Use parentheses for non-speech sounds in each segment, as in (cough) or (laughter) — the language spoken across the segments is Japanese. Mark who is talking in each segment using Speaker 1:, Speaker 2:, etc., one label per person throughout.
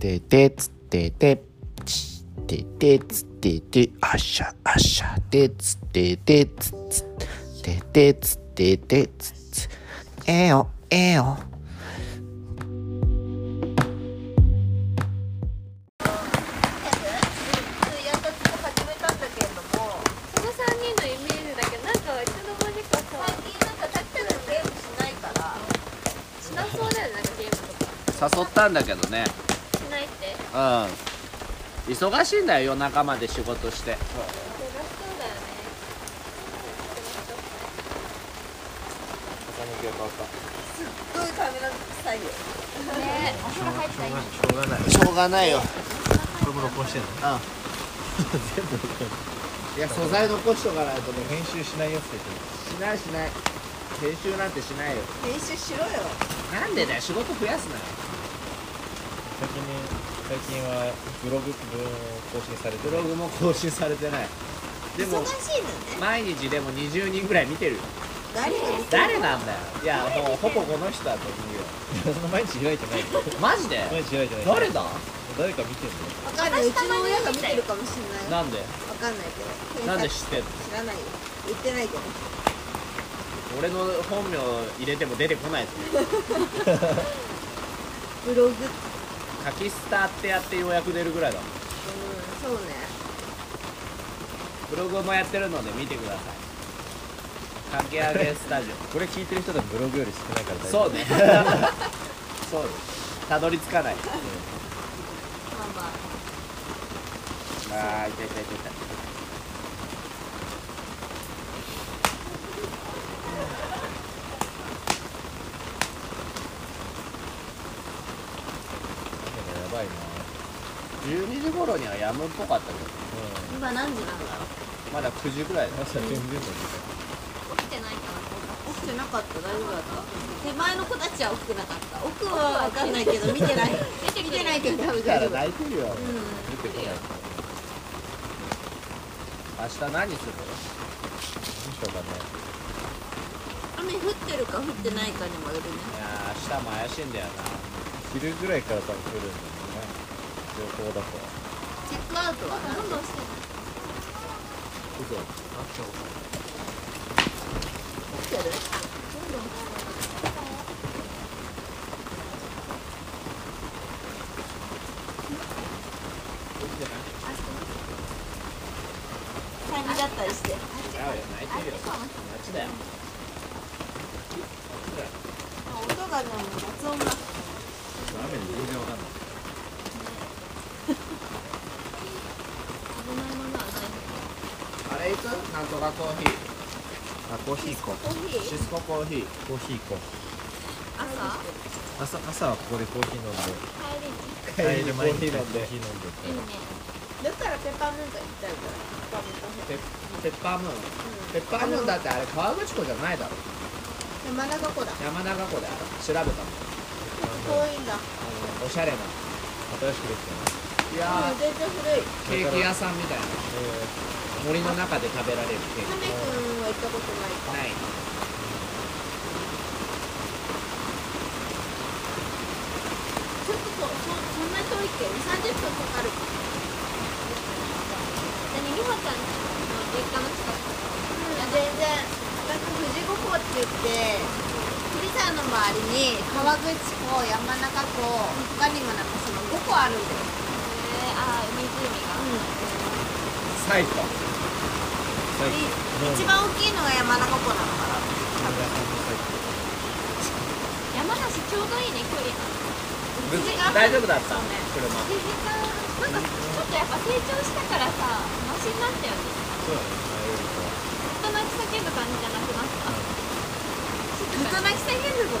Speaker 1: ててつっててちっててつっててあっしゃあっしゃてつっててつつっててつっててつつええよええよ
Speaker 2: やったって始めたんだけれども
Speaker 3: この三人のイメージだけどなんかいつの間にかさ
Speaker 2: 最近なんかたっちゃんとゲームしないから
Speaker 3: しなそうだよねなんかゲームとか
Speaker 4: 誘ったんだけどね
Speaker 3: しないってし
Speaker 4: うん忙しいんだよ夜中まで仕事して
Speaker 3: なそうだよね
Speaker 2: すっごいカメラ臭いよ
Speaker 4: しょうがないよこれも録音してんのうん全部いや素材残しとかないとね編集しないやつでしないしない編集なんてしないよ
Speaker 2: 練習しろよ
Speaker 4: なんでだよ仕事増やすなよ
Speaker 5: 最近ね最近はブログ分を更新されて
Speaker 4: ブログも更新されてないでも
Speaker 2: 忙しいのね
Speaker 4: 毎日でも20人ぐらい見てるよ
Speaker 2: 誰が忙しい
Speaker 4: 誰なんだよいやもうほぼこの人だと思うよ
Speaker 5: その毎日開いてないよ
Speaker 4: マジで
Speaker 5: 毎日開いてない
Speaker 4: 誰だ
Speaker 5: 誰か見てんの
Speaker 2: わかんないうちの親が見てるかもしれない
Speaker 4: なんで
Speaker 2: わかんないけど
Speaker 4: なんで
Speaker 2: 検
Speaker 4: 知ってんの
Speaker 2: 索知らないよ言ってないけど
Speaker 4: 俺の本名入れても出てこないぞ
Speaker 2: ブログうん
Speaker 4: カキスタってやってようやく出るぐらいだもん
Speaker 2: そうね
Speaker 4: ブログもやってるので見てくださいかき揚げスタ (laughs) ジ
Speaker 5: これ聞いてる人でもブログより少ないから
Speaker 4: オ
Speaker 5: 大丈夫
Speaker 4: そう (laughs) ねそうですたどり着かない
Speaker 2: まあまあ
Speaker 4: あーいたいたいたい
Speaker 5: やばいな
Speaker 4: た12時頃にはやむっぽかったけど
Speaker 5: う
Speaker 2: 今何時なんだろ
Speaker 4: まだ9時ぐらいだ
Speaker 5: ん朝全然の時
Speaker 3: 起きてないから
Speaker 2: う起きてなかった大丈夫だった手前の子たちは起きてなかった奥はわかんないけど見てない (laughs)
Speaker 3: 出て
Speaker 2: 見
Speaker 3: き
Speaker 2: て
Speaker 3: て
Speaker 2: な
Speaker 3: ないい
Speaker 2: けど多分
Speaker 4: 見た
Speaker 2: 大丈
Speaker 4: ら
Speaker 2: 夫だ
Speaker 4: 泣いてるよ
Speaker 2: うん
Speaker 5: 出てこないから
Speaker 4: 明日何する
Speaker 5: しょうがない
Speaker 2: 雨降ってるか降ってないかにもよるね
Speaker 4: いやー明日も怪しいんだよ
Speaker 5: 昼ぐらいから多分来るんだよね情報だと
Speaker 2: チェックアウトは何度してない嘘起きてるどんどん起きてるだったりして
Speaker 4: な違うよ泣いてるよ夏だよ
Speaker 2: 音がねもう雑音が
Speaker 4: 雨で全然わかんない
Speaker 3: 危ないものはない
Speaker 4: あれ行くなんとかコーヒー
Speaker 5: あコーヒー行こ
Speaker 2: コーヒー
Speaker 4: シスココーヒ
Speaker 5: う
Speaker 4: ー
Speaker 5: コーヒー行こう
Speaker 3: 朝
Speaker 5: 朝朝はここでコーヒー飲んで
Speaker 3: 帰りに
Speaker 5: 帰る前にコーヒー飲んでコーヒー飲んで
Speaker 3: いいね
Speaker 2: だからペッパームーンが行きたいからペッパームーンカフェ
Speaker 4: ペッパームーンペッパームーンだってあれ川口湖じゃないだろ
Speaker 2: 山中湖だ
Speaker 4: 山中湖で調べたもん
Speaker 2: 遠いんだ
Speaker 4: あのおしゃれな
Speaker 5: 新しくできたね
Speaker 2: う
Speaker 4: い
Speaker 2: ん全然古い
Speaker 4: ケーキ屋さんみたいな森の中で食べられるケー
Speaker 2: カ
Speaker 4: キ
Speaker 2: メ君は行ったことないか
Speaker 4: ない
Speaker 2: ちょっとそそそんなに遠いっけ2 3 0分かかるか全然なんか富士
Speaker 3: 何美穂ちゃんの実家の近く
Speaker 2: 五湖って言って富士山の周りに川口湖山中湖他にもなんかその5個あるんだよ、
Speaker 3: えー、あー湖が
Speaker 4: サイト
Speaker 5: 最
Speaker 2: で
Speaker 5: 近
Speaker 2: 一番大きいのが山中湖なのかな
Speaker 3: 山梨ちょうどいいね距離
Speaker 4: 大丈夫だっ
Speaker 3: 1時
Speaker 4: た
Speaker 3: 間なんかちょっとやっぱ成長したからさマシになったよね
Speaker 5: そうだね前より
Speaker 3: 大
Speaker 5: かは
Speaker 3: 人き叫ぶ感じじゃなくなった
Speaker 2: 大人きさげるの
Speaker 3: えな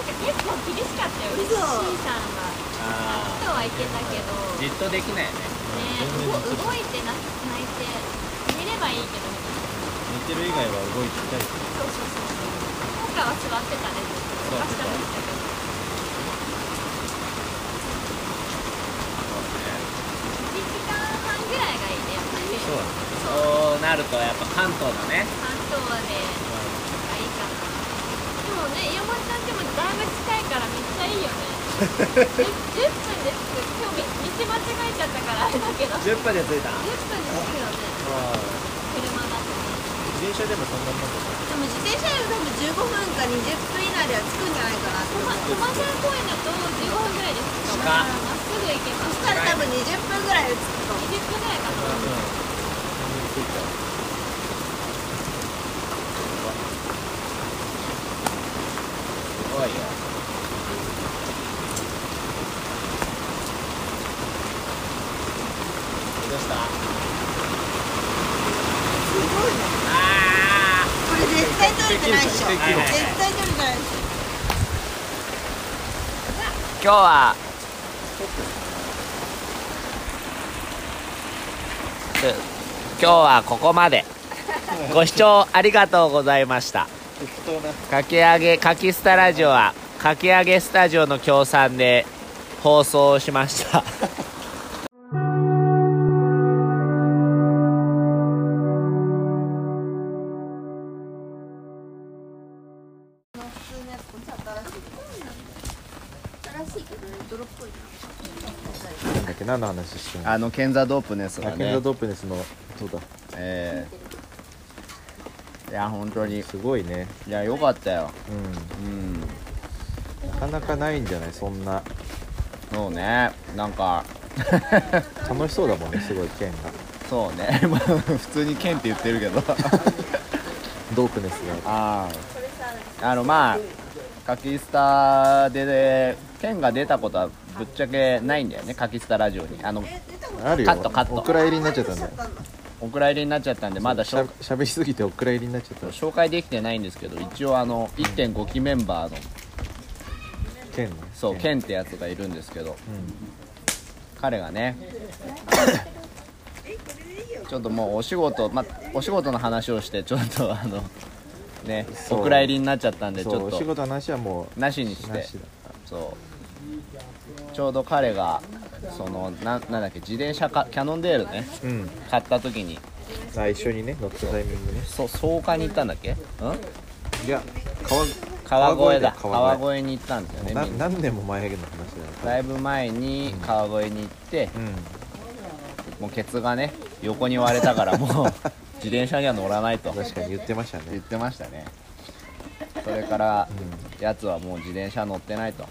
Speaker 3: んか結構厳しかったよ
Speaker 2: 嘘
Speaker 3: C さんは
Speaker 4: 車
Speaker 3: と
Speaker 4: あ
Speaker 3: はいけたけど
Speaker 4: ーじっとできないよね
Speaker 3: ね動動いてな泣いて寝ればいいけど
Speaker 5: 寝てる以外は動いていたりする
Speaker 3: そうそうそう今回は座ってたねずっと動かしてましたけど1時間半ぐらいがいいねやっぱり
Speaker 5: そうだね
Speaker 4: そうなるとやっぱ関東だね
Speaker 3: 関東でがいいかなでもね山ちゃんでもだいぶ近いからめっちゃいいよね10分で
Speaker 5: そうだね。
Speaker 3: す今日道間違えちゃったからあれだけど10分で着くよね
Speaker 6: 10分で着いた
Speaker 3: 車だとね
Speaker 7: 自転車でもそんなもんだから
Speaker 2: でも自転車より多分15分か20分以内では着くんじゃないかなと
Speaker 3: 駒
Speaker 2: 思う
Speaker 3: 駒沢公園だと15分ぐらいです
Speaker 6: 近っ
Speaker 3: まっすぐ行け
Speaker 2: そ
Speaker 3: ます
Speaker 2: したら多分20分ぐらいで着くと思う
Speaker 3: 20分ぐらいかな
Speaker 7: うん全然着いた
Speaker 6: すごいよどうした
Speaker 2: すごいね
Speaker 6: あ
Speaker 2: これ絶対取れてないでしょ
Speaker 7: で
Speaker 2: 絶
Speaker 7: きる
Speaker 6: できる
Speaker 2: 対取れてないでしょ
Speaker 6: 今日は今日はここま
Speaker 4: (laughs)
Speaker 6: でご視聴ありがとうございました
Speaker 7: 適当な
Speaker 6: かき揚げかきスタラジオはかき揚げスタジオの協賛で放送しました
Speaker 2: 普通のやつこれさ新しい新しいけどレトロっぽいな
Speaker 5: なんだっけ何の話してんの
Speaker 4: あのケンザドープネス
Speaker 5: ラ
Speaker 4: が
Speaker 5: ケンド
Speaker 4: ね
Speaker 5: ドープネスのそうだ
Speaker 4: えーいや本当にい
Speaker 5: すごいね
Speaker 4: や良かったよ
Speaker 5: う
Speaker 4: うん
Speaker 5: んなかなかないんじゃないそんな
Speaker 4: そうねなんか
Speaker 5: 楽しそうだもんねすごい剣が
Speaker 4: そうね (laughs) まあ普通にケンって言ってるけど
Speaker 5: ドープネスが
Speaker 4: あああのまあカキスタででケンが出たことはぶっちゃけないんだよねカキスタラジオにあの
Speaker 2: え出たこと
Speaker 5: あるよ
Speaker 4: カットカット
Speaker 5: お蔵入りになっちゃったんだよ
Speaker 4: お蔵入りになっちゃったんでまだ
Speaker 5: しゃ
Speaker 4: 紹介
Speaker 5: しゃべりすぎてお蔵入りになっちゃった
Speaker 4: 紹介できてないんですけど一応あの1.5期メンバーの
Speaker 5: 剣ね
Speaker 4: そうケンってやつがいるんですけど彼がねちょっともうお仕事、ま、お仕事の話をしてちょっとあのね
Speaker 5: そ
Speaker 4: お
Speaker 5: う
Speaker 4: 蔵入りになっちゃったん
Speaker 5: うん
Speaker 4: でち
Speaker 5: そ
Speaker 4: ょ
Speaker 5: う
Speaker 4: っ
Speaker 5: お仕
Speaker 4: と
Speaker 5: 事の話はもう
Speaker 4: なしにして
Speaker 5: なしだ
Speaker 4: そうちょうど彼がそのななんだっけ自転車かキャノンデールね
Speaker 5: うん
Speaker 4: 買った時に
Speaker 5: あ一緒にね乗ったタイミングね
Speaker 4: そ草加に行ったんだっけん
Speaker 5: いや川
Speaker 4: 川越だ
Speaker 5: 川
Speaker 4: 川
Speaker 5: 越
Speaker 4: 越に行ったんだよね
Speaker 5: な
Speaker 4: みんな
Speaker 5: 何年も前の話だ
Speaker 4: だ
Speaker 5: よ
Speaker 4: いぶ前に川越に行って、
Speaker 5: うん
Speaker 4: もうケツがね横に割れたから
Speaker 5: (laughs)
Speaker 4: もう自転車には乗らないと
Speaker 5: 確かに言ってました
Speaker 4: 言
Speaker 5: ね
Speaker 4: ってましたねそれから、やつはもう自転車乗ってないと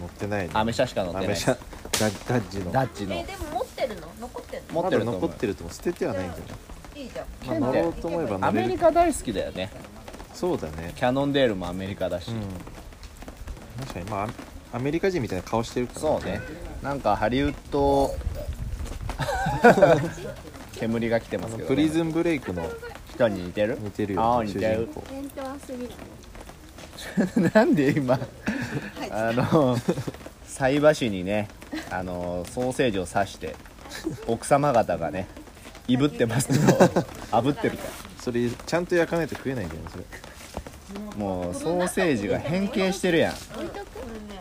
Speaker 5: 乗ってないね
Speaker 4: アメ車しか乗ってない
Speaker 5: アメ車ダッダッジの
Speaker 4: ダッチ
Speaker 2: え
Speaker 4: の
Speaker 2: でも持ってるの残ってる
Speaker 4: 持って
Speaker 5: まだ
Speaker 4: ると
Speaker 5: 残
Speaker 4: 思
Speaker 5: ってると思う捨ててはないんじ
Speaker 2: のいいじゃん
Speaker 5: ゃない、まあ、
Speaker 4: ケン
Speaker 5: 乗
Speaker 4: っ
Speaker 5: ろ
Speaker 4: て
Speaker 5: うと思えば
Speaker 4: うア
Speaker 5: 乗
Speaker 4: メ
Speaker 5: れ
Speaker 4: リ
Speaker 5: る
Speaker 4: カ大好きだよね
Speaker 5: そうだね
Speaker 4: キャノンデールもアメリカだし、
Speaker 5: うん確かにまあアメリカ人みたいな顔してるから
Speaker 4: そうねなんかハリウッ
Speaker 5: (laughs)
Speaker 4: ド煙が来て
Speaker 5: あ
Speaker 4: ます
Speaker 5: の
Speaker 4: けど、ね、
Speaker 5: プリズンブレイクの
Speaker 4: 人に似てる
Speaker 5: 似てる
Speaker 4: あ
Speaker 5: よ
Speaker 4: あ
Speaker 5: ね
Speaker 4: 似
Speaker 5: 主
Speaker 4: て
Speaker 5: 人
Speaker 4: る
Speaker 5: 公
Speaker 4: (laughs) なんで今あの菜箸にねあのソーセージを刺して奥様方がねいぶってますけど炙ってるか
Speaker 5: それちゃんと焼かないと食えないんだよねそれ
Speaker 4: らもうソーセージが変形してるやん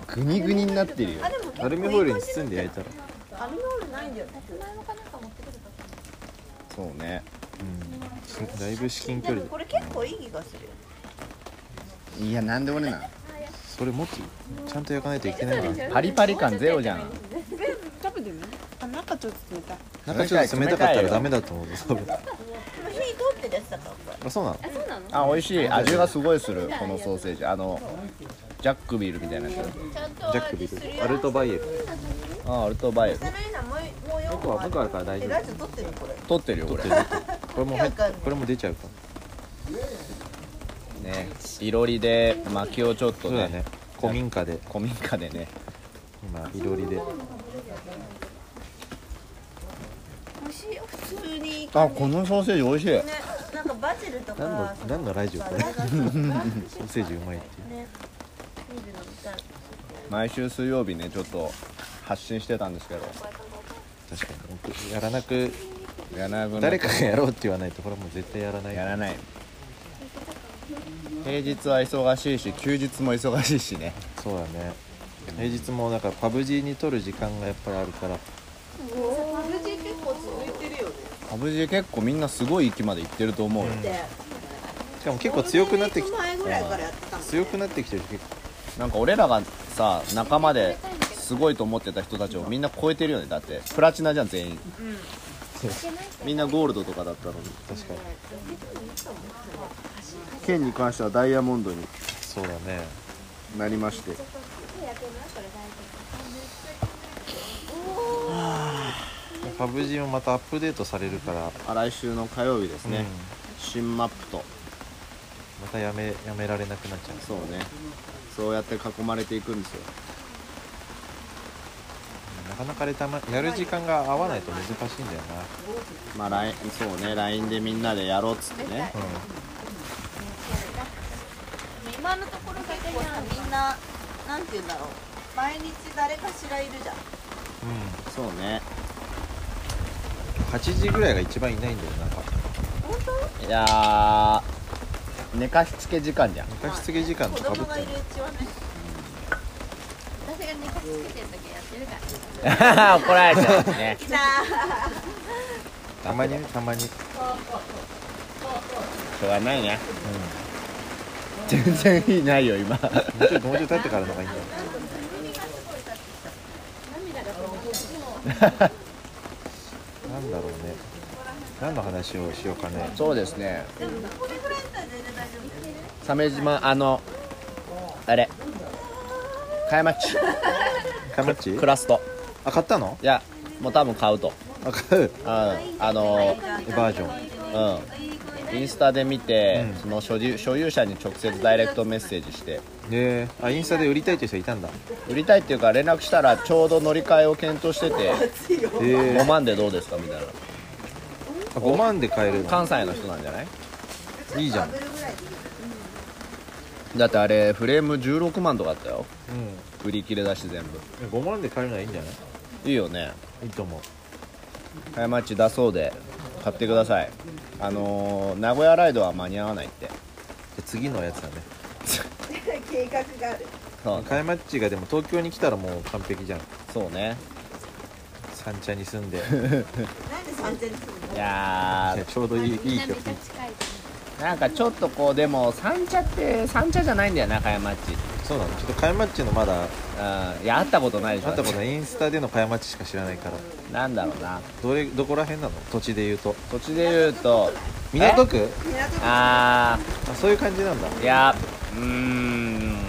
Speaker 4: グニグニになってるよ
Speaker 5: アルミホイルに包んで焼いたら
Speaker 2: アルミホールないんだよね
Speaker 4: そうね
Speaker 5: うんだいぶ至近距
Speaker 2: で
Speaker 5: 離
Speaker 2: も
Speaker 5: で
Speaker 2: これ結構いい気がするよ
Speaker 4: いやなんで俺なん
Speaker 5: それもつちゃんと焼かないといけないの
Speaker 4: パリパリ感ゼロじゃん
Speaker 8: 食べてみあ中ちょっと冷たい
Speaker 5: 中ちょっと冷たかったらダメだと思う多分
Speaker 2: でも火通ってるやつだからこれ
Speaker 5: あそうなの
Speaker 4: あ美味しい味がすごいするこのソーセージあのジャックビールみたいなや
Speaker 3: ちゃんと
Speaker 5: ジャックビルアルトバイエル
Speaker 4: つあアルトバイエル
Speaker 2: ちなみになもうもう4
Speaker 5: 僕は僕はあるから大丈
Speaker 2: え
Speaker 5: 夫
Speaker 2: ラジオ撮ってるこれ
Speaker 4: 取ってるよこれ
Speaker 5: これも入っこれも出ちゃうか
Speaker 4: ねいろりで薪をちょっと
Speaker 5: そうだ
Speaker 4: ね
Speaker 5: ね古民家で
Speaker 4: 古民家でね
Speaker 5: 今いろりで
Speaker 2: 美味しいよ普通に
Speaker 4: あこのソーセージ美味しい
Speaker 2: ねなんかバジルとか
Speaker 5: 何の何のラジオこれソーセージうまいっていう
Speaker 4: 毎週水曜日ねちょっと発信してたんですけど
Speaker 5: 確かに僕やらなく
Speaker 4: やらなくなっ
Speaker 5: 誰かがやろうって言わないとこれはもう絶対やらない
Speaker 4: やらない平日は忙しいし休日も忙しいしね
Speaker 5: そうだね平日もだからパブ G に取る時間がやっぱりあるから
Speaker 4: 株式結構みんなすごい域まで行ってると思うよ、
Speaker 5: しかも結構強くなってき
Speaker 2: 前ぐらいからやってたもん
Speaker 5: 強くなってきてる人結構
Speaker 4: なんか俺らがさ仲間ですごいと思ってた人たちをみんな超えてるよねだってプラチナじゃん全員みんなゴールドとかだったのに
Speaker 5: 確かに
Speaker 4: 剣に関してはダイヤモンドに
Speaker 5: そうだね
Speaker 4: なりまして
Speaker 5: パブ G もまたアップデートされるから、
Speaker 4: あ来週の火曜日ですね、
Speaker 5: うん
Speaker 4: 新マップと
Speaker 5: またやめやめられなくなっちゃう
Speaker 4: そうねそうやって囲まれていくんですよ
Speaker 5: なかなかあれたまやる時間が合わないと難しいんだよ
Speaker 4: まあラインそうね LINE でみんなでやろうっつってね
Speaker 5: な、うん、
Speaker 9: 今のところ結構さみんななんて言うんだろう毎日誰かしらいるじゃん
Speaker 5: う
Speaker 4: そうね
Speaker 5: ん、8時ぐらいが一番いないんだよなんか
Speaker 4: いやー寝かしつけ時間じゃん
Speaker 5: 寝かしつけ時間
Speaker 9: 子
Speaker 5: とかぶ
Speaker 9: 供
Speaker 5: って
Speaker 9: がい
Speaker 5: る
Speaker 9: るうちはね
Speaker 3: 私が寝かしつけてる時はやってるからね
Speaker 4: (laughs) 怒られちゃうね
Speaker 9: 来た
Speaker 5: たまにねたまに
Speaker 4: しょうがないね、全然いないよ今
Speaker 5: もうちょいもうちょい経ってからの方がいいんだよなんだろうね何の話をしようかね
Speaker 4: そうですね鮫島あのあれ茅 (laughs) 町
Speaker 5: カムチ
Speaker 4: クラスト
Speaker 5: あ買ったの
Speaker 4: いやもう多分買うと
Speaker 5: あ買う
Speaker 4: うんあの
Speaker 5: バージョン
Speaker 4: うんインスタで見て、
Speaker 5: うん
Speaker 4: その所有所有者に直接ダイレクトメッセージして
Speaker 5: えー、あインスタで売りたいという人いたんだ
Speaker 4: 売りたいっていうか連絡したらちょうど乗り換えを検討してて
Speaker 5: え
Speaker 4: 5
Speaker 5: ー、
Speaker 4: 万でどうですかみたいな
Speaker 5: 5万で買えるの
Speaker 4: 関西の人なんじゃない
Speaker 5: いいじゃん、うん、
Speaker 4: だってあれフレーム16万とかあったよ売り切れだし全部
Speaker 5: 5万で買えるのはいいんじゃない
Speaker 4: いいよね
Speaker 5: いいと思う
Speaker 4: 早町出そうで買ってくださいあのー、名古屋ライドは間に合わないって
Speaker 5: で次のやつだね
Speaker 9: 計画がある
Speaker 4: そう
Speaker 5: カイマッチがでも東京に来たらもう完璧じゃん
Speaker 4: そうね
Speaker 5: 三茶に住んで
Speaker 9: なんで三千にするの
Speaker 4: いや
Speaker 5: いや (laughs) ちょうどいいいい
Speaker 3: (laughs) みんなめっち
Speaker 5: 曲
Speaker 3: ゃ近いと
Speaker 4: ーなんかちょっとこうでも三茶って三茶じゃないんだよな茅町
Speaker 5: そうなのちょっとカイマッチのまだ
Speaker 4: うんいや会ったことないでしょ
Speaker 5: あんたこのインスタでのカイマッチしか知らないから
Speaker 4: なんだろうな
Speaker 5: どれどこら辺なの土地で言うと
Speaker 4: 土地で言うと
Speaker 5: 港区
Speaker 4: あ
Speaker 5: あそういう感じなんだ
Speaker 4: ーいやうーん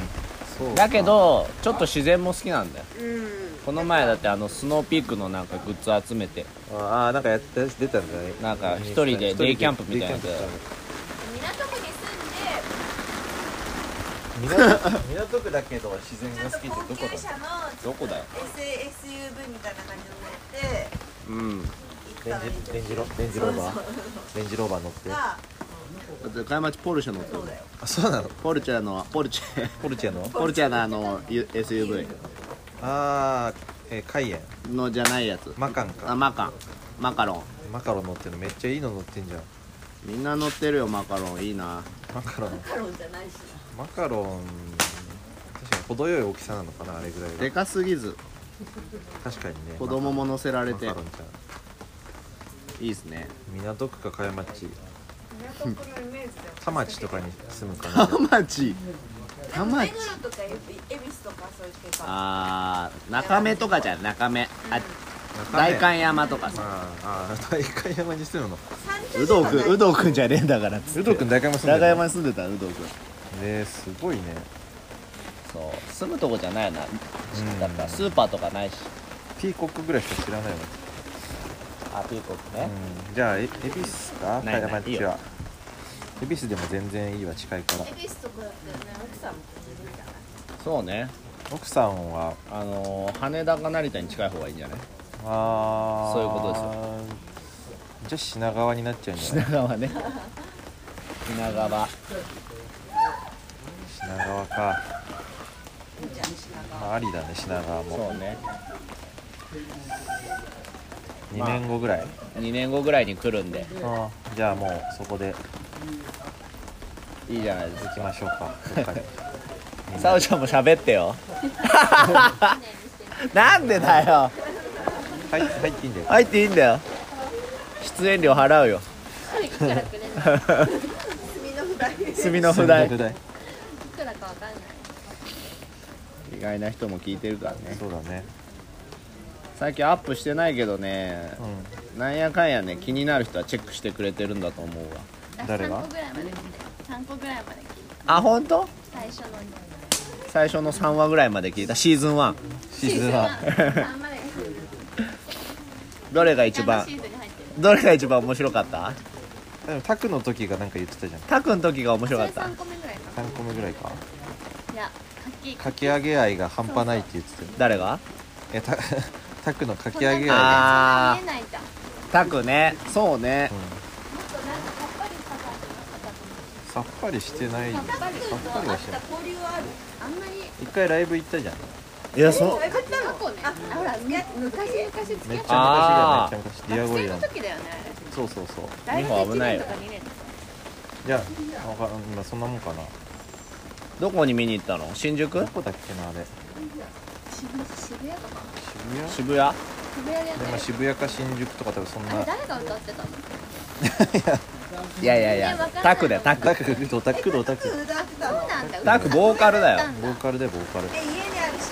Speaker 5: そうか
Speaker 1: だけどちょっと自然も好きなんだよ
Speaker 9: うん
Speaker 1: この前だってあのスノーピークのなんかグッズ集めて
Speaker 5: ああなんかやって出たんだね
Speaker 1: なんか一人でデイキャンプみたいなやつ
Speaker 5: デイキャン
Speaker 3: 港区に住
Speaker 5: プしたの港港区だけど自然が好きってどこだ
Speaker 9: 車の
Speaker 4: どこだよ
Speaker 9: SUV みたいな感じの乗って
Speaker 4: うんだ
Speaker 9: 行ったらいい
Speaker 5: レンジレンジロレンジローバーレンジローバー乗って
Speaker 9: が
Speaker 4: って茅町ポルシェ乗ってる
Speaker 5: あそうなの
Speaker 4: ポルチェのポルチェ
Speaker 5: ポルチェの
Speaker 4: ポルチェのあの U- SUV
Speaker 5: ああ、えー、カイエン
Speaker 4: のじゃないやつ
Speaker 5: マカンか
Speaker 4: あマカンマカロン
Speaker 5: マカロン乗ってるのめっちゃいいの乗ってんじゃん
Speaker 4: みんな乗ってるよマカロンいいな
Speaker 5: マカロンマカロンじゃないしマカロン確かに程よい大きさなのかなあれぐらい
Speaker 4: で
Speaker 5: が
Speaker 4: かすぎず
Speaker 5: 確かにね
Speaker 4: 子供も乗せら
Speaker 5: マ
Speaker 4: れ
Speaker 5: カ
Speaker 4: て
Speaker 5: ロンちゃん
Speaker 4: いいですね
Speaker 5: 港区か茅町
Speaker 2: 港区のイメージだよ
Speaker 5: 田町とかに住
Speaker 4: (laughs)
Speaker 5: むかな
Speaker 4: 田町田町
Speaker 9: とか恵比寿とかそういう系か
Speaker 4: あー中目とかじゃん中目あ
Speaker 5: 中目
Speaker 4: 代官山とかさ
Speaker 5: まああ大官山に住む
Speaker 4: (laughs)
Speaker 5: の
Speaker 4: 有働君有働君じゃねえんだから
Speaker 5: 有働君大官山住んで
Speaker 4: 中
Speaker 5: る
Speaker 4: 山に住んでた有働君
Speaker 5: ねすごいね
Speaker 4: そう住むとこじゃないよな
Speaker 5: うん
Speaker 4: だからスーパーとかないし
Speaker 5: ピーコックぐらいしか知らないわ
Speaker 4: あピーコックね
Speaker 5: うんじゃあえ恵比寿か
Speaker 4: ないない
Speaker 5: 茅町は恵比寿でも全然いいわ近いから
Speaker 3: んで恵比寿とかだったよね奥さんも
Speaker 4: そうね
Speaker 5: 奥さんは
Speaker 4: あのー羽田か成田に近い方がいいんじゃ (laughs) ない
Speaker 5: あー
Speaker 4: そういうことです
Speaker 5: じゃあ品川になっちゃうんじゃない
Speaker 4: 品川ね品川
Speaker 5: 品川かまあありだね品川も
Speaker 4: そうね
Speaker 5: 2年後ぐらい、
Speaker 4: 2年後ぐらいに来るんで
Speaker 5: あーじゃあもうそこで
Speaker 4: いいじゃないですか
Speaker 5: 行きましょう (laughs) かどっかに
Speaker 4: さおちゃんも喋ってよ (laughs) なんでだよ
Speaker 5: 入って入っていいんだよ
Speaker 4: 入っていいんだよ出演料払 (laughs) うよ
Speaker 3: いくらくれるのい
Speaker 4: 炭の不代
Speaker 3: く
Speaker 5: 代
Speaker 3: らかわかんない
Speaker 4: 意外な人も聞いてるからね
Speaker 5: そうだね
Speaker 4: 最近アップしてないけどね、なんやかんやね気になる人はチェックしてくれてるんだと思うわ
Speaker 5: 誰
Speaker 3: 3
Speaker 5: が
Speaker 3: 個ぐらいまで聞いたよ3個ぐらいまで聞い
Speaker 4: あ本当
Speaker 3: た最初の
Speaker 4: 最初の3話ぐらいまで聞いたシーズン1
Speaker 5: シーズンは
Speaker 3: 3まで聞い
Speaker 4: どれが
Speaker 3: た
Speaker 4: 一
Speaker 3: ちゃん
Speaker 4: 番
Speaker 3: とシーズンに入ってる
Speaker 4: どれが一番面白かった
Speaker 5: でもタクの時がなんか言ってたじゃん
Speaker 4: タクの時が面白
Speaker 3: それ
Speaker 4: かった
Speaker 3: 3個目ぐらいか
Speaker 5: 3個目ぐらいか
Speaker 3: いやかき
Speaker 5: かき揚げ愛が半端ないって言ってたよ
Speaker 4: 誰が
Speaker 5: えた (laughs) タクのかき揚げ愛が
Speaker 4: あ
Speaker 3: 見えないんだ
Speaker 4: ータクねそうね
Speaker 3: もっとなんかさっぱりした感じ
Speaker 5: さっぱりしてないさっ
Speaker 9: タクと
Speaker 5: ぱりは
Speaker 9: 会っ
Speaker 5: してな
Speaker 9: た
Speaker 5: い
Speaker 9: 交流はあるあんまり
Speaker 5: 一回ライブ行ったじゃん
Speaker 4: いやそ
Speaker 9: 過去ねあほらむ昔昔付き合
Speaker 5: めっ
Speaker 9: っ
Speaker 5: ち
Speaker 9: て
Speaker 5: ゃ昔だ
Speaker 4: あー
Speaker 5: よめっちゃ昔ディアゴリラの
Speaker 3: 時だよね
Speaker 5: そうそうそう
Speaker 9: 大
Speaker 4: 今
Speaker 9: 学
Speaker 4: 危ない
Speaker 9: 1年
Speaker 4: よ
Speaker 9: とか2年とか
Speaker 5: いやわかんまあそんなもんかな
Speaker 4: どこに見に行ったの新宿
Speaker 5: どこだっけなあれ
Speaker 3: 渋谷とか
Speaker 5: 渋谷
Speaker 4: 渋谷
Speaker 3: 渋谷でやっ
Speaker 5: で
Speaker 3: て
Speaker 5: も
Speaker 3: る
Speaker 5: 渋谷か新宿とか多分そん
Speaker 3: あれ
Speaker 5: な
Speaker 3: 誰が歌ってたの
Speaker 4: いやいやい
Speaker 3: えわ
Speaker 4: や
Speaker 3: かんない
Speaker 4: タクだよタク
Speaker 5: タクドタクドタク
Speaker 9: 歌ってた
Speaker 3: そうなんだ
Speaker 4: タクボーカルだよ
Speaker 5: ボーカルでボーカル
Speaker 9: え家にある CD 買ってんのよ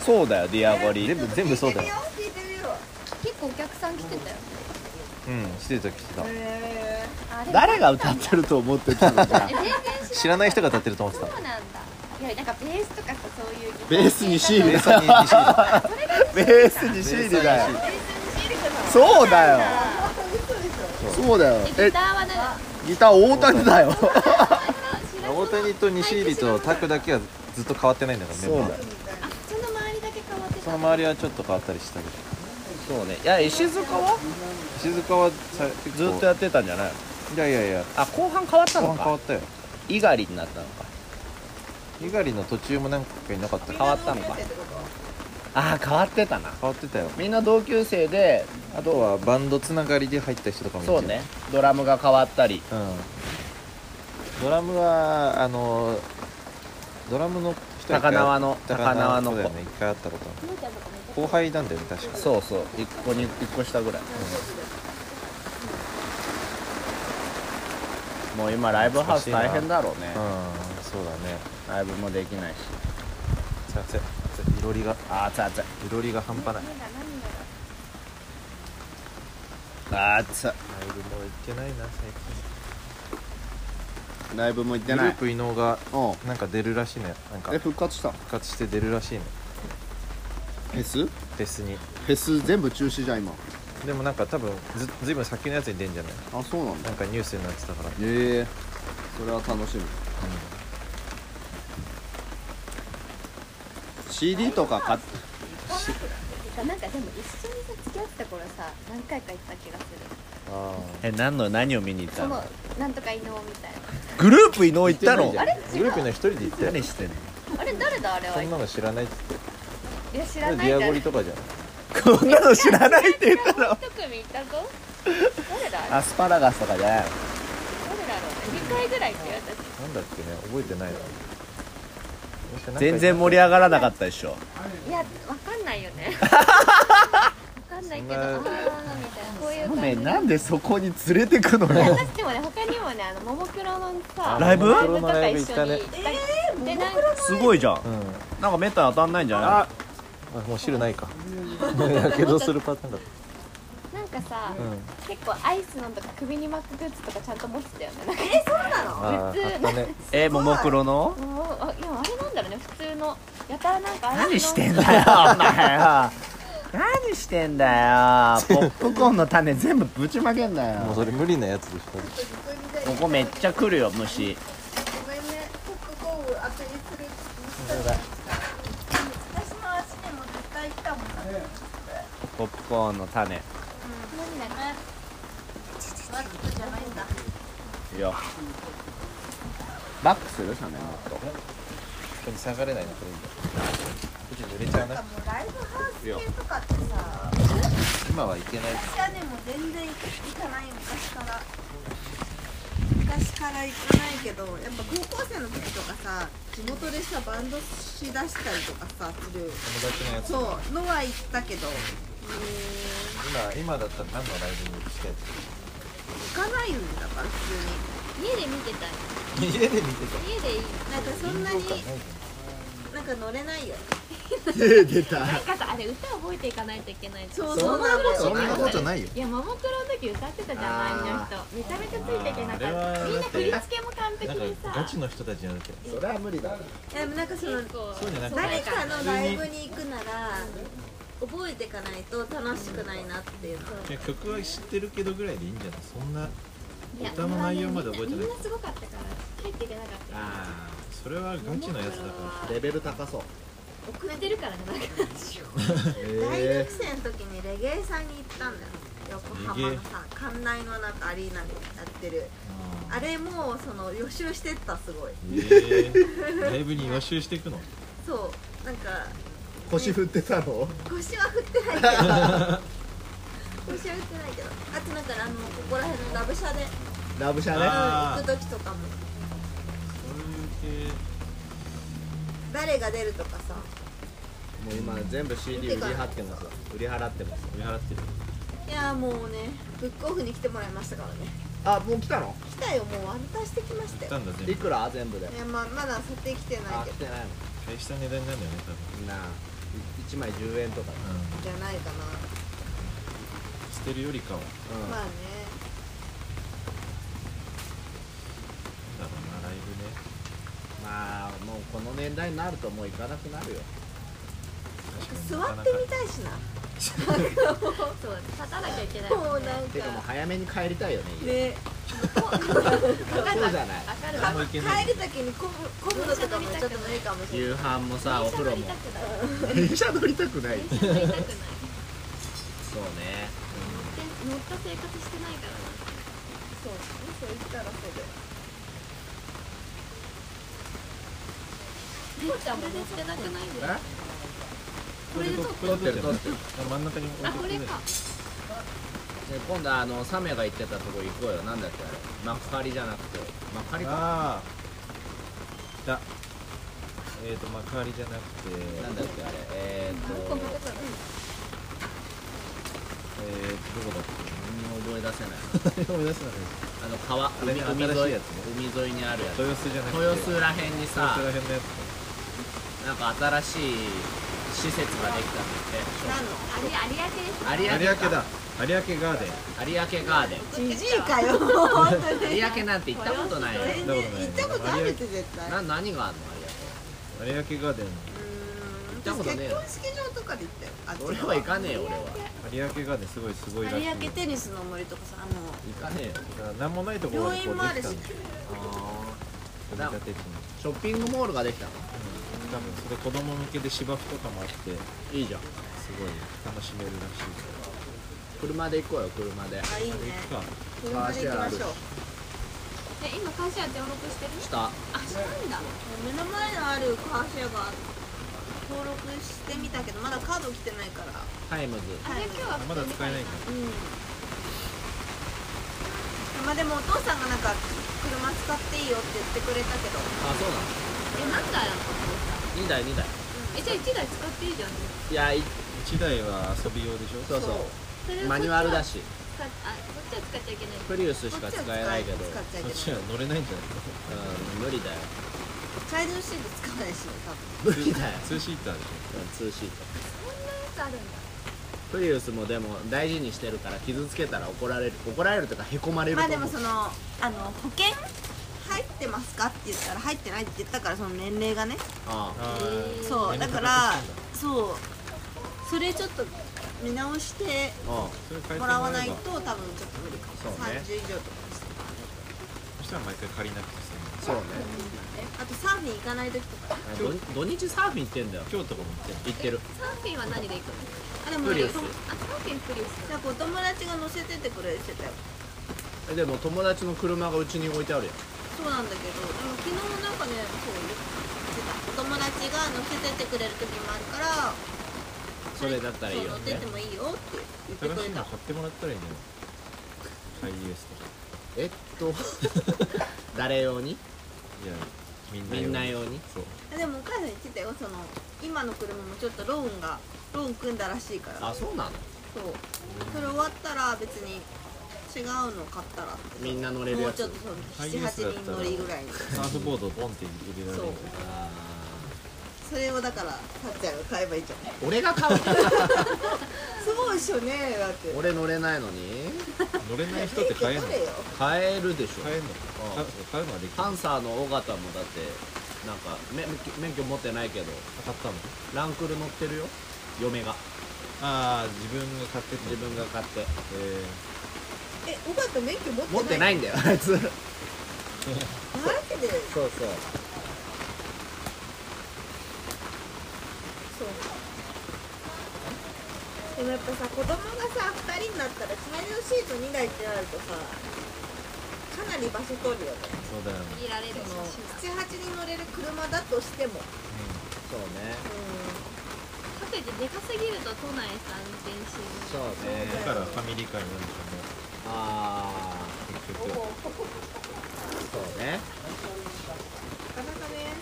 Speaker 4: そうだよディアゴリ
Speaker 5: 全部全部そうだよ
Speaker 9: 聞いてみよ
Speaker 3: 結構お客さん来てたよ
Speaker 5: うんしてた来てた
Speaker 9: う聞いてみようへ
Speaker 3: あれ
Speaker 4: 誰が歌ってると思ってたのか
Speaker 3: え全然
Speaker 5: 知らない人が歌ってると思って
Speaker 3: そうな
Speaker 5: た
Speaker 3: んだいやなんかベースとかさそういうギター
Speaker 4: ベースにシー
Speaker 5: ベ
Speaker 4: ル
Speaker 5: ースに石入れた
Speaker 4: ベースにシールだよそうだよそうだよ
Speaker 3: えギ
Speaker 4: え
Speaker 3: ターはなんか
Speaker 4: ギター大谷だよ
Speaker 3: 知
Speaker 5: (laughs)
Speaker 3: らない
Speaker 5: 大谷と西入りとタクだけはずっと変わってないんだからね
Speaker 4: そうだよ
Speaker 3: あその周りだけ変わって
Speaker 5: そ
Speaker 3: た
Speaker 5: の周りはちょっと変わったりしたけど
Speaker 4: そうねいや石塚は
Speaker 5: 静岡はさ結
Speaker 4: ず
Speaker 5: 構
Speaker 4: っとやってたんじゃないの
Speaker 5: いやいやいや
Speaker 4: あ後半変わった
Speaker 5: 後
Speaker 4: の
Speaker 5: 半変わ
Speaker 4: か
Speaker 5: ったよ
Speaker 4: 猪狩になったのか
Speaker 5: 猪狩の途中もなんかいなかった
Speaker 4: 変わったのかああ変わってたな
Speaker 5: 変わってたよ
Speaker 4: みんな同級生で
Speaker 5: あとはバンドつながりで入った人とかもいて
Speaker 4: そうねドラムが変わったり
Speaker 5: うんドラムはあのドラムの人は一回
Speaker 4: 高輪の
Speaker 5: 高輪の
Speaker 4: 高輪の子
Speaker 5: そうだよね一回会ったことあ
Speaker 3: みーちゃんとかめっちゃ
Speaker 5: る後輩なんだよね確か
Speaker 4: そうそう一個に一個下ぐらい、もう今ライブハウス大変だろうね
Speaker 5: うんそうだね
Speaker 4: ライブもできないし
Speaker 5: させいろりが
Speaker 4: あー熱い熱
Speaker 5: い
Speaker 4: い
Speaker 5: ろりが半端ないライ
Speaker 4: あー熱い
Speaker 5: ブも行ってないな最
Speaker 4: ライブも行って
Speaker 5: 近グ
Speaker 4: な
Speaker 5: ル
Speaker 4: い
Speaker 5: ープ伊能が
Speaker 4: うん
Speaker 5: なんか出るらしいねなんか
Speaker 4: え
Speaker 5: 復
Speaker 4: 復活したの
Speaker 5: 活して出るらしいね
Speaker 4: フェスフ
Speaker 5: フェスに
Speaker 4: ェス全部中止じゃん今
Speaker 5: でもなんか多分ずずいぶん先のやつに出んじゃない
Speaker 4: あそうなんだ
Speaker 5: なんかニュースになってたから
Speaker 4: へえそれは楽しみ、CD とか買っ
Speaker 3: なんかでも一緒にさ付き合ってた頃さ何回か行った気がする
Speaker 5: あ
Speaker 4: え何の何を見に行っ
Speaker 3: そのなんとか伊能みたいな
Speaker 4: グループ伊能行ったの
Speaker 5: あグループの一人で行ったよ
Speaker 4: 何してんの
Speaker 3: あれ誰だあれは
Speaker 5: そ
Speaker 3: い
Speaker 5: んなの知らないって言っ
Speaker 3: や知
Speaker 5: て
Speaker 3: ら
Speaker 5: デ
Speaker 3: ない
Speaker 5: ィ
Speaker 3: ん
Speaker 5: ア
Speaker 3: だ
Speaker 5: ゴリ
Speaker 3: よ
Speaker 5: とかじゃん
Speaker 4: こんなの知らないって言ったら
Speaker 3: 一組いたぞ誰だあれ
Speaker 4: アスパラガスとかじゃないの
Speaker 3: 誰だろうね2回ぐらいって言われたし
Speaker 5: なんだっけね覚えてないな
Speaker 4: 全然盛り上がらなかったでしょ
Speaker 3: いや、わかんないよね。わかんないけど、
Speaker 5: そんな
Speaker 3: あーみたいな、こういう感じ。
Speaker 4: ねなんでそこに連れてくの
Speaker 3: いや
Speaker 4: よ
Speaker 3: 私でもね、他にもね、あの、ももクロのさ、
Speaker 4: ライブ
Speaker 3: ライブとか一緒に。
Speaker 5: ライ
Speaker 3: え
Speaker 5: ブ行
Speaker 3: ー、で、なんか、
Speaker 4: すごいじゃん
Speaker 5: うんあ
Speaker 4: なんかメタ当たんないんじゃない
Speaker 5: もう汁ない (laughs) かやけどするパターンだっ
Speaker 3: なんかさ、
Speaker 5: たうん
Speaker 3: 結構アイスのとか、首に巻くグッズとか、ちゃんと持ってたよね。なんか
Speaker 5: ああ
Speaker 3: 普通
Speaker 5: 買ったね
Speaker 4: えーももクロの
Speaker 3: もう、あ、いや、あれなんだろうね、普通の、やたらなんか。
Speaker 4: 何してんだよ (laughs) お前よ何してんだよポ (laughs) ップコーンの種全部ぶちまけんな
Speaker 5: もう
Speaker 4: よ
Speaker 5: それ無理なやつでしょ
Speaker 4: ここめっちゃ来るよ虫
Speaker 2: ごめんね、ポップコーンあてにする。私の足にも絶対来たもんな。
Speaker 4: ポップコーンの種い
Speaker 3: 何だか
Speaker 2: マックじゃないんだ。
Speaker 4: いよバックするサメもっと
Speaker 5: ここに下がれないなこれ今こっち濡れちゃ
Speaker 2: な
Speaker 5: う
Speaker 2: ん
Speaker 5: な
Speaker 2: かもうライブハウス系とかってさ、
Speaker 5: 今はいけない
Speaker 2: 私はねもう全然行かない昔から。昔から行かないけど、やっぱ高校生の時とかさ、地元でさバンドしだしたりとかさする。
Speaker 5: 友達のやつ
Speaker 2: そうのは行ったけど、うーん
Speaker 5: 今今だったら何のライブに行きたい
Speaker 2: 行かないんだから普通に。
Speaker 3: 家で見てたい。
Speaker 5: 家で見て
Speaker 3: 家でいい。
Speaker 2: なんかそんなに
Speaker 5: た
Speaker 2: なんかく乗れないよ
Speaker 4: 出た
Speaker 3: なんかさあれ歌覚えていかないといけない
Speaker 2: そう
Speaker 4: そんなことそんなことないよ
Speaker 3: いやももクロの時歌ってたじゃん周りの人めちゃめちゃついていけなかったみんな振り付けも完璧
Speaker 5: なん
Speaker 3: で
Speaker 5: かガ
Speaker 3: さ
Speaker 5: チの人たちやるけど
Speaker 4: それは無理だ
Speaker 2: でもなんかその
Speaker 3: 結構
Speaker 5: そうじゃなくて
Speaker 2: 誰かのライブに行くなら覚えていかないと楽しくないなっていうの
Speaker 5: いや曲は知ってるけどぐらいでいいんじゃないそんない
Speaker 3: や
Speaker 5: 歌の内容まで覚えてない
Speaker 3: みんなすごかったから入っていけなかった (laughs) よ
Speaker 5: あそれはガチのやつだか
Speaker 4: レベル高そう
Speaker 3: 遅れてるからねなんか
Speaker 2: 大
Speaker 4: え
Speaker 2: 学生の時にレゲエさんに行ったんだよ横浜のさ館内のなんかアリーナでやってるあれもその予習してったすごい
Speaker 5: らへえライブに予習していくの
Speaker 2: そうなんか
Speaker 4: ー、腰振ってたの
Speaker 2: 腰は振ってないけど腰は振ってないけどあとなんかあのここら辺のラブシャで
Speaker 4: ラブシャね
Speaker 5: あ
Speaker 2: 行
Speaker 5: ー
Speaker 2: く時とかも
Speaker 5: そういう系
Speaker 2: 誰が出るとかさ
Speaker 4: もう今全部 CD 売り払ってますわ売り払ってます
Speaker 5: 追い払ってる
Speaker 2: いやもうねブックオフに来てもらいましたからね
Speaker 4: あもう来たの
Speaker 2: 来たよもう渡してきまし
Speaker 5: 行
Speaker 2: た
Speaker 5: った
Speaker 2: よ
Speaker 5: んだ
Speaker 4: い
Speaker 5: 全部
Speaker 4: くら全部で
Speaker 2: いやまあまだ査定来てな
Speaker 4: あ
Speaker 2: いけ
Speaker 4: 来
Speaker 2: ど
Speaker 4: てない
Speaker 5: 大した値段なんだよね
Speaker 4: のなあ1枚10円とか
Speaker 5: 多分うん
Speaker 2: じゃないかな
Speaker 5: 捨てるよりかは
Speaker 4: うん
Speaker 2: まあね
Speaker 5: なんだろうなライブね
Speaker 4: まあもうこの年代になるともう行かなくなるよ
Speaker 2: 座
Speaker 5: 確かに
Speaker 2: ってみたいしな
Speaker 3: そう立たなきゃいけない
Speaker 2: もう
Speaker 3: も
Speaker 2: なんん
Speaker 3: ね
Speaker 4: ていうかもう
Speaker 2: か
Speaker 4: 早めに帰りたいよね家
Speaker 2: ね
Speaker 4: そうじゃ
Speaker 3: わ
Speaker 4: ない
Speaker 3: かる
Speaker 5: あ
Speaker 3: わ
Speaker 5: んま行けない
Speaker 2: 帰る時にこむこむのとかもちょっと無理かもしれない
Speaker 4: 夕飯もさお風呂
Speaker 3: 乗り
Speaker 4: も
Speaker 3: たくない
Speaker 4: (laughs) 電車乗りたくない
Speaker 3: 電車乗りたくない
Speaker 4: そうね
Speaker 3: 乗った生活してないからな
Speaker 2: そうそう言ったらそうだよ
Speaker 3: こうちゃんも乗ってなくないで
Speaker 4: え
Speaker 3: これで撮っ
Speaker 5: これで
Speaker 4: 撮ってる
Speaker 5: あ真ん中に置いて
Speaker 3: あこれか
Speaker 4: で今度あのサメが行ってたとこ行こうよなんだっけあれ幕張じゃなくて幕張か
Speaker 5: ああだえっ、と幕張じゃなくて
Speaker 4: なんだっけあれえー、っともう
Speaker 5: えー、とどこだっ
Speaker 4: 覚え出せない
Speaker 5: け思い出せない
Speaker 4: あの
Speaker 5: (laughs)
Speaker 4: 川
Speaker 5: れ
Speaker 4: 海
Speaker 5: 新
Speaker 4: 海
Speaker 5: し
Speaker 4: 沿
Speaker 5: い
Speaker 4: い
Speaker 5: やつね
Speaker 4: 海沿いにあるやつ
Speaker 5: 豊洲じゃなくて
Speaker 4: 豊洲らへんに
Speaker 5: 豊
Speaker 4: さ
Speaker 5: 洲らへんのや
Speaker 4: なんか新しい施設ができたん
Speaker 3: あれ有明です
Speaker 4: だって有明
Speaker 5: つ有明だ有
Speaker 4: か
Speaker 5: 明ガーデン
Speaker 4: 有明ガーデン
Speaker 2: じじいかよ本当に
Speaker 4: 有明なんて行ったことないよ
Speaker 2: 全然行ったことあるって絶対
Speaker 4: な何があんの
Speaker 5: 有明ガーデン
Speaker 2: う
Speaker 4: 行った
Speaker 2: ーん
Speaker 4: ことねえ
Speaker 2: 結
Speaker 4: よ
Speaker 2: 婚式場とかで行ったよあっち
Speaker 4: 有
Speaker 2: の
Speaker 4: 明俺は行かねえよ俺は
Speaker 5: 有明ガーデンすごいすごいらしい
Speaker 2: 有明テニスの森とかさあ
Speaker 4: 行かねえよ
Speaker 5: なんか何もないところ
Speaker 2: の
Speaker 5: に
Speaker 2: 病院
Speaker 5: こう
Speaker 2: もあ
Speaker 5: で
Speaker 2: るし
Speaker 5: き
Speaker 2: た
Speaker 5: んだ
Speaker 4: な
Speaker 5: 埋め立て地に
Speaker 4: ショッピングモールができたの
Speaker 5: 多分それ子供向けで芝生とかもあってすごい
Speaker 4: いいじゃん
Speaker 5: 楽しめるらしい
Speaker 4: 車で行こうよ車で
Speaker 2: あいいね
Speaker 5: から
Speaker 2: 車で行きましょう
Speaker 3: え今会社登録してるあ
Speaker 4: 下
Speaker 3: したんだ
Speaker 2: 目の前のあるカーシェアが登録してみたけどまだカード来てないから
Speaker 4: タイムズ
Speaker 3: あれ今日は
Speaker 5: まだ使えないか
Speaker 2: うんまあでもお父さんがなんか車使っていいよって言ってくれたけど
Speaker 4: あそうな
Speaker 3: えなんだよ
Speaker 4: の2台2台
Speaker 3: えじゃあ1台使っていいじゃん
Speaker 4: いやい
Speaker 5: 1台は遊び用でしょ
Speaker 4: そうそう
Speaker 3: それを
Speaker 4: マニュアルだし
Speaker 3: 使っあこっちは使っちゃいけない
Speaker 4: プリウス
Speaker 2: こ
Speaker 4: しか
Speaker 2: っち
Speaker 4: 使
Speaker 2: は
Speaker 4: えないけど
Speaker 2: 使っちゃい
Speaker 5: そっ
Speaker 2: け
Speaker 5: ち
Speaker 2: ない
Speaker 5: (laughs) は乗れないんじゃない
Speaker 4: うん無理だよ
Speaker 2: チャイルドシート使わないしね多分
Speaker 4: 無理だよ
Speaker 5: ツーシーターでし
Speaker 4: うんツーシート
Speaker 3: あるんだ
Speaker 4: プリウスもでも大事にしてるから傷つけたら怒られる怒られるとかへこまれる
Speaker 2: ま
Speaker 4: と
Speaker 2: あ
Speaker 4: 思
Speaker 2: でも
Speaker 4: う、
Speaker 2: そのあの保険入ってますかって言ったら入ってないって言ったからその年齢がね
Speaker 4: ああ
Speaker 5: ょ
Speaker 2: そうだからそうそれちょっと見直して
Speaker 4: あ
Speaker 5: それ変えて
Speaker 2: もらわないと多分ちょっと無理かも
Speaker 4: そうね
Speaker 2: 30以上とかにして
Speaker 5: そしたら毎回借りなくて済む
Speaker 4: あそうね
Speaker 2: あとサーフィン行かない時とか
Speaker 4: 土土日サーフィン行ってんだよ
Speaker 5: 今日とかも行って
Speaker 4: 行ってる
Speaker 3: サーフィンは何で行くの
Speaker 2: あでも
Speaker 4: プリウス
Speaker 3: あサーフィンプリウス
Speaker 2: なんかお友達が乗せてってくれてたよ
Speaker 4: えでも友達の車がうちに置いてあるやん
Speaker 2: そうなんだけどでも昨日なんかねそう言ってたお友達が乗せてってくれる時もあるから
Speaker 4: それだったらいいよ
Speaker 2: そう乗ってってもいいよって言って
Speaker 5: 新
Speaker 2: く
Speaker 5: し
Speaker 2: れ
Speaker 5: い
Speaker 2: た
Speaker 5: の買ってもらったらいいんじゃないハイエースとか
Speaker 4: えっと (laughs) 誰用に
Speaker 5: いやみんな
Speaker 4: みんな用に
Speaker 5: そう
Speaker 2: でもお母さん言ってたよその今の車もちょっとローンがローン組んだらしいから
Speaker 4: あそうなの
Speaker 2: そうそれ終わったら別に違うの買ったらって
Speaker 4: みんな乗れる
Speaker 2: も
Speaker 4: や
Speaker 2: う
Speaker 4: つ
Speaker 2: ちょっとその78人乗りぐらいに
Speaker 5: サーフボードをボンって入れられる
Speaker 2: そう
Speaker 4: あ
Speaker 2: それをだからさっちゃんが買えばいいじゃん
Speaker 4: 俺が買う
Speaker 2: すごいっしょねだって
Speaker 4: 俺乗れないのに
Speaker 5: 乗れない人って買え (laughs) るの
Speaker 2: 取れよ
Speaker 4: 買えるでしょ
Speaker 5: 買えるの
Speaker 4: うん
Speaker 5: か買うのはできる
Speaker 4: パンサーの尾形もだってなんかめ免許持ってないけど
Speaker 5: 買ったの
Speaker 4: ランクル乗ってるよ嫁が
Speaker 5: ああ自分が買って
Speaker 4: 自分が買って
Speaker 5: え
Speaker 4: (laughs)
Speaker 2: え尾形免許持ってない
Speaker 4: 持ってないんだよあいつそう
Speaker 2: マジで
Speaker 4: そう
Speaker 2: そうでもやっぱさ子供がさ2人になったら隣のシート2台ってなるとさかなり場所取るよね
Speaker 5: そうだよね
Speaker 3: 見られる
Speaker 2: その
Speaker 3: 写真
Speaker 2: 78人乗れる車だとしても
Speaker 4: そうね
Speaker 2: う
Speaker 3: かといってでかすぎると都内さ運転しない
Speaker 4: そうね
Speaker 5: だからファミリー会になるんでし
Speaker 4: あ
Speaker 5: ょうね結局
Speaker 4: あそう
Speaker 2: ん
Speaker 4: ね
Speaker 2: なかなかね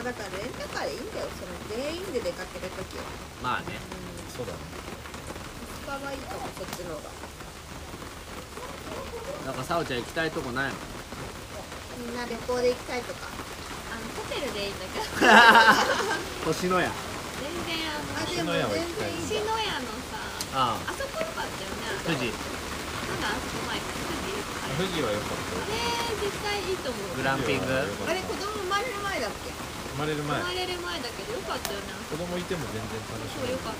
Speaker 2: まあだからレンタカーでいいんだよその全員で出かけるときは
Speaker 4: まあね
Speaker 5: そうだね
Speaker 2: コスパはいいかもそっちの方が
Speaker 4: なんかさおちゃん行きたいとこないの
Speaker 2: みんな旅行で行きたいとか
Speaker 3: あのホテルでいいんだけど
Speaker 4: (laughs) 星のや
Speaker 3: 全然
Speaker 2: あ
Speaker 3: あの
Speaker 2: で
Speaker 5: 野
Speaker 2: も
Speaker 5: 家
Speaker 2: 全然
Speaker 5: は行きたい
Speaker 2: いい
Speaker 3: 西の屋のさ
Speaker 4: あ
Speaker 3: あそこよかったよねあ
Speaker 4: あ
Speaker 3: れ
Speaker 4: 富士
Speaker 3: なんだあそこ前富士あれ
Speaker 5: 富士は良かっ
Speaker 3: あれ絶対いいと思う
Speaker 4: グ
Speaker 5: た
Speaker 4: ランピング
Speaker 5: 富士
Speaker 2: あ
Speaker 5: は良かった
Speaker 2: れ子供生まれる前だっけ
Speaker 5: 生まれる
Speaker 3: 生
Speaker 5: 前
Speaker 3: まれる前だけどよかったよねあ
Speaker 5: 子供いても全然楽
Speaker 3: そ
Speaker 5: し
Speaker 3: こ
Speaker 5: め
Speaker 3: よ
Speaker 5: る
Speaker 3: か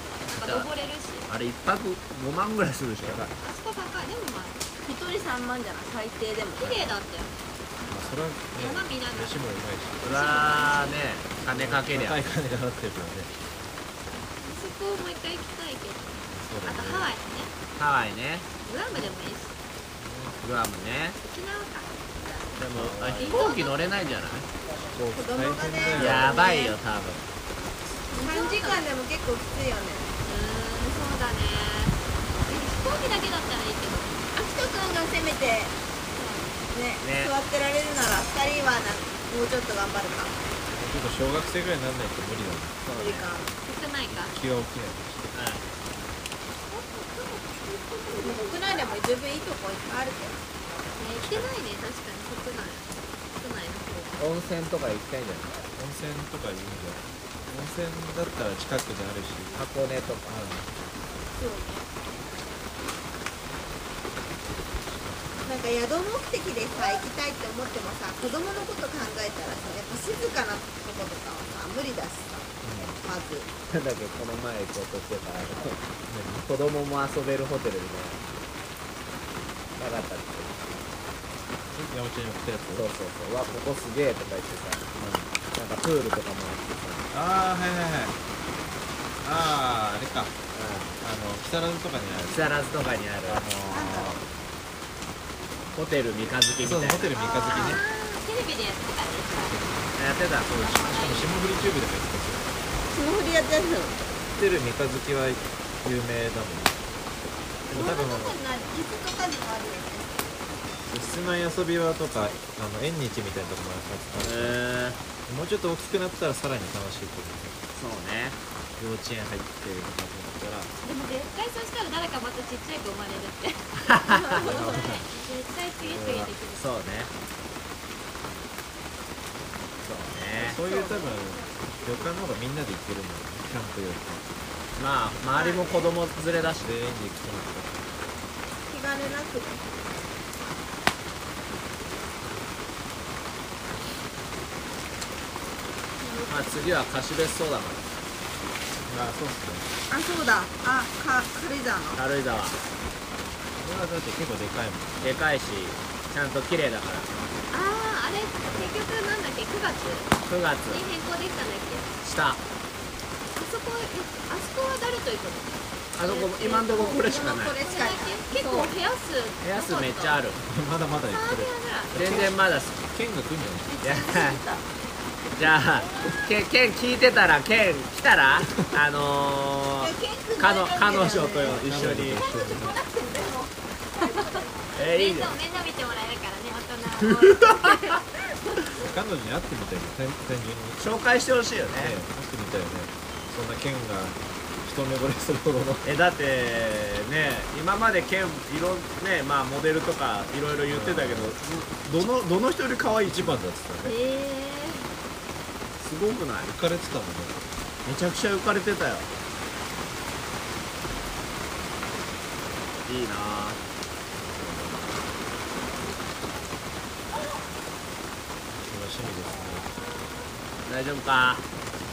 Speaker 3: ったなんか登れるし
Speaker 4: あれ一泊5万ぐらいするでしょ
Speaker 3: あそこ高いでもまあ
Speaker 2: 一人3万じゃない最低でも
Speaker 3: 綺麗だったよね
Speaker 5: まあそれはね
Speaker 3: 山見ながら
Speaker 5: 飯もうまいし
Speaker 4: そりゃあね金かけりゃ
Speaker 5: 高い金払ってるからね
Speaker 3: あそこもう一回行きたいけど
Speaker 5: そうだ
Speaker 3: あ
Speaker 5: ね
Speaker 3: とハワイね
Speaker 4: ハワイね
Speaker 3: グラムでもいいし
Speaker 4: グアムね
Speaker 3: 沖縄か
Speaker 4: でもあ飛行機乗れないんじゃない
Speaker 5: そう
Speaker 2: 子供がね
Speaker 5: 大変だよ
Speaker 4: やばいよ多分
Speaker 2: 3時間でも結構きついよね
Speaker 3: うーんそうだね飛行機だけだったらいいけど
Speaker 2: あきとくんがせめてね
Speaker 4: ね
Speaker 2: 座ってられるなら2人はなもうちょっと頑張るか
Speaker 5: ちょっと小学生ぐらいにならないと無理だね
Speaker 2: 無理か
Speaker 3: 少ないか
Speaker 5: 気が起き
Speaker 2: 国内でも十分いいとこいっぱいあるけど
Speaker 3: ね行ってないね確かに国内国内の方が
Speaker 4: 温泉とか行きたいんじゃない
Speaker 5: ない温泉とかいいんじゃない温泉だったら近くにあるし
Speaker 4: 箱根とか
Speaker 2: そうねなんか宿目的でさ行きたいって思ってもさ子供のこと考えたらさやっぱ静かなとことかはさ無理だしさまず
Speaker 4: なんだっけこの前行こうとしてたあの子供も遊べるホテルみたいななかったっけ
Speaker 5: 山ちゃんに送ったやつ
Speaker 4: そうそうそうわここすげえとか言ってさなんかプールとかもあってさ
Speaker 5: ああはいはいはいあああれかあの木更津とかにある
Speaker 4: 木更津とかにある
Speaker 5: あの
Speaker 4: ホテル三
Speaker 5: ー
Speaker 4: 日月み
Speaker 5: そ
Speaker 4: たいうな
Speaker 5: ホテル三日月ね
Speaker 3: テレビでやってたでしょ
Speaker 4: やってたそう
Speaker 5: しかも霜降りチューブでもやってたし
Speaker 2: 霜降りやってるの
Speaker 5: ホテル三日月は有名だもんでも多分
Speaker 2: こんな椅子とかにもあるよね
Speaker 5: 室内遊び場とかあの縁日みたいなとこもある
Speaker 4: へえ
Speaker 5: もうちょっと大きくなったらさらに楽しいと思
Speaker 4: そうね
Speaker 5: う幼稚園入ってると思った
Speaker 3: で
Speaker 5: ら
Speaker 3: も絶対そしたら誰かまたちっちゃい子生まれる (laughs) って絶対次々できる
Speaker 4: そうねそうね
Speaker 5: そういう多分旅館の方がみんなで行けるもんねキャンプよりか
Speaker 4: まあ周りも子供連れだし
Speaker 5: 全員で行くと思ったら
Speaker 2: 気兼ねなくね
Speaker 4: まあ次は貸し別荘だか
Speaker 5: あそうっすね
Speaker 2: あそうだあか軽井沢の
Speaker 4: ら軽井沢
Speaker 5: これはだって結構でかいもん
Speaker 4: でかいしちゃんと綺麗だから
Speaker 3: あああれ結局なんだっけ9月に
Speaker 4: 9月
Speaker 3: 変更できたんだっけ
Speaker 4: 下あ
Speaker 3: あそこえあそこは誰と行くの
Speaker 4: そこも今んとここれしかない
Speaker 2: これしかない
Speaker 3: 結構部屋数
Speaker 4: 部屋数めっちゃあ
Speaker 3: る
Speaker 4: る
Speaker 5: まだまだ行
Speaker 3: 3
Speaker 5: く
Speaker 3: 部
Speaker 5: で
Speaker 3: 屋ぐらい
Speaker 4: 全然まだす
Speaker 5: 県が来んじゃない
Speaker 4: いやじゃあけケン聞いてたらケン来たらあのー、彼女彼女と一緒にえいい
Speaker 3: 面
Speaker 4: ね
Speaker 3: 倒面倒見てもらえるからね大人は
Speaker 5: 彼女に会ってみたいよ単単純にね
Speaker 4: 紹介してほしいよね
Speaker 5: 会ってみたいよねそんな県が一目惚れするほどの
Speaker 4: えだってね今までケンいろねまあモデルとかいろいろ言ってたけどどのどの人より可愛い
Speaker 5: 一番だっつったね
Speaker 3: ええ
Speaker 5: す
Speaker 4: すごくない
Speaker 5: 浮かれてたもんね
Speaker 4: めちゃくちゃ浮かれてたよいいなあ
Speaker 5: 楽しみですね
Speaker 4: 大丈夫か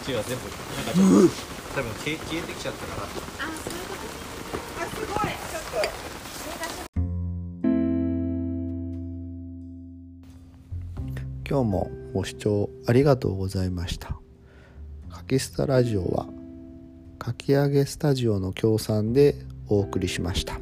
Speaker 5: うちは全部なんかちょっと多分消え消えてきちゃったから
Speaker 3: あすごいちょっと
Speaker 1: 今日もご視聴ありがとうございました。かきスタラジオは、かき上げスタジオの協賛でお送りしました。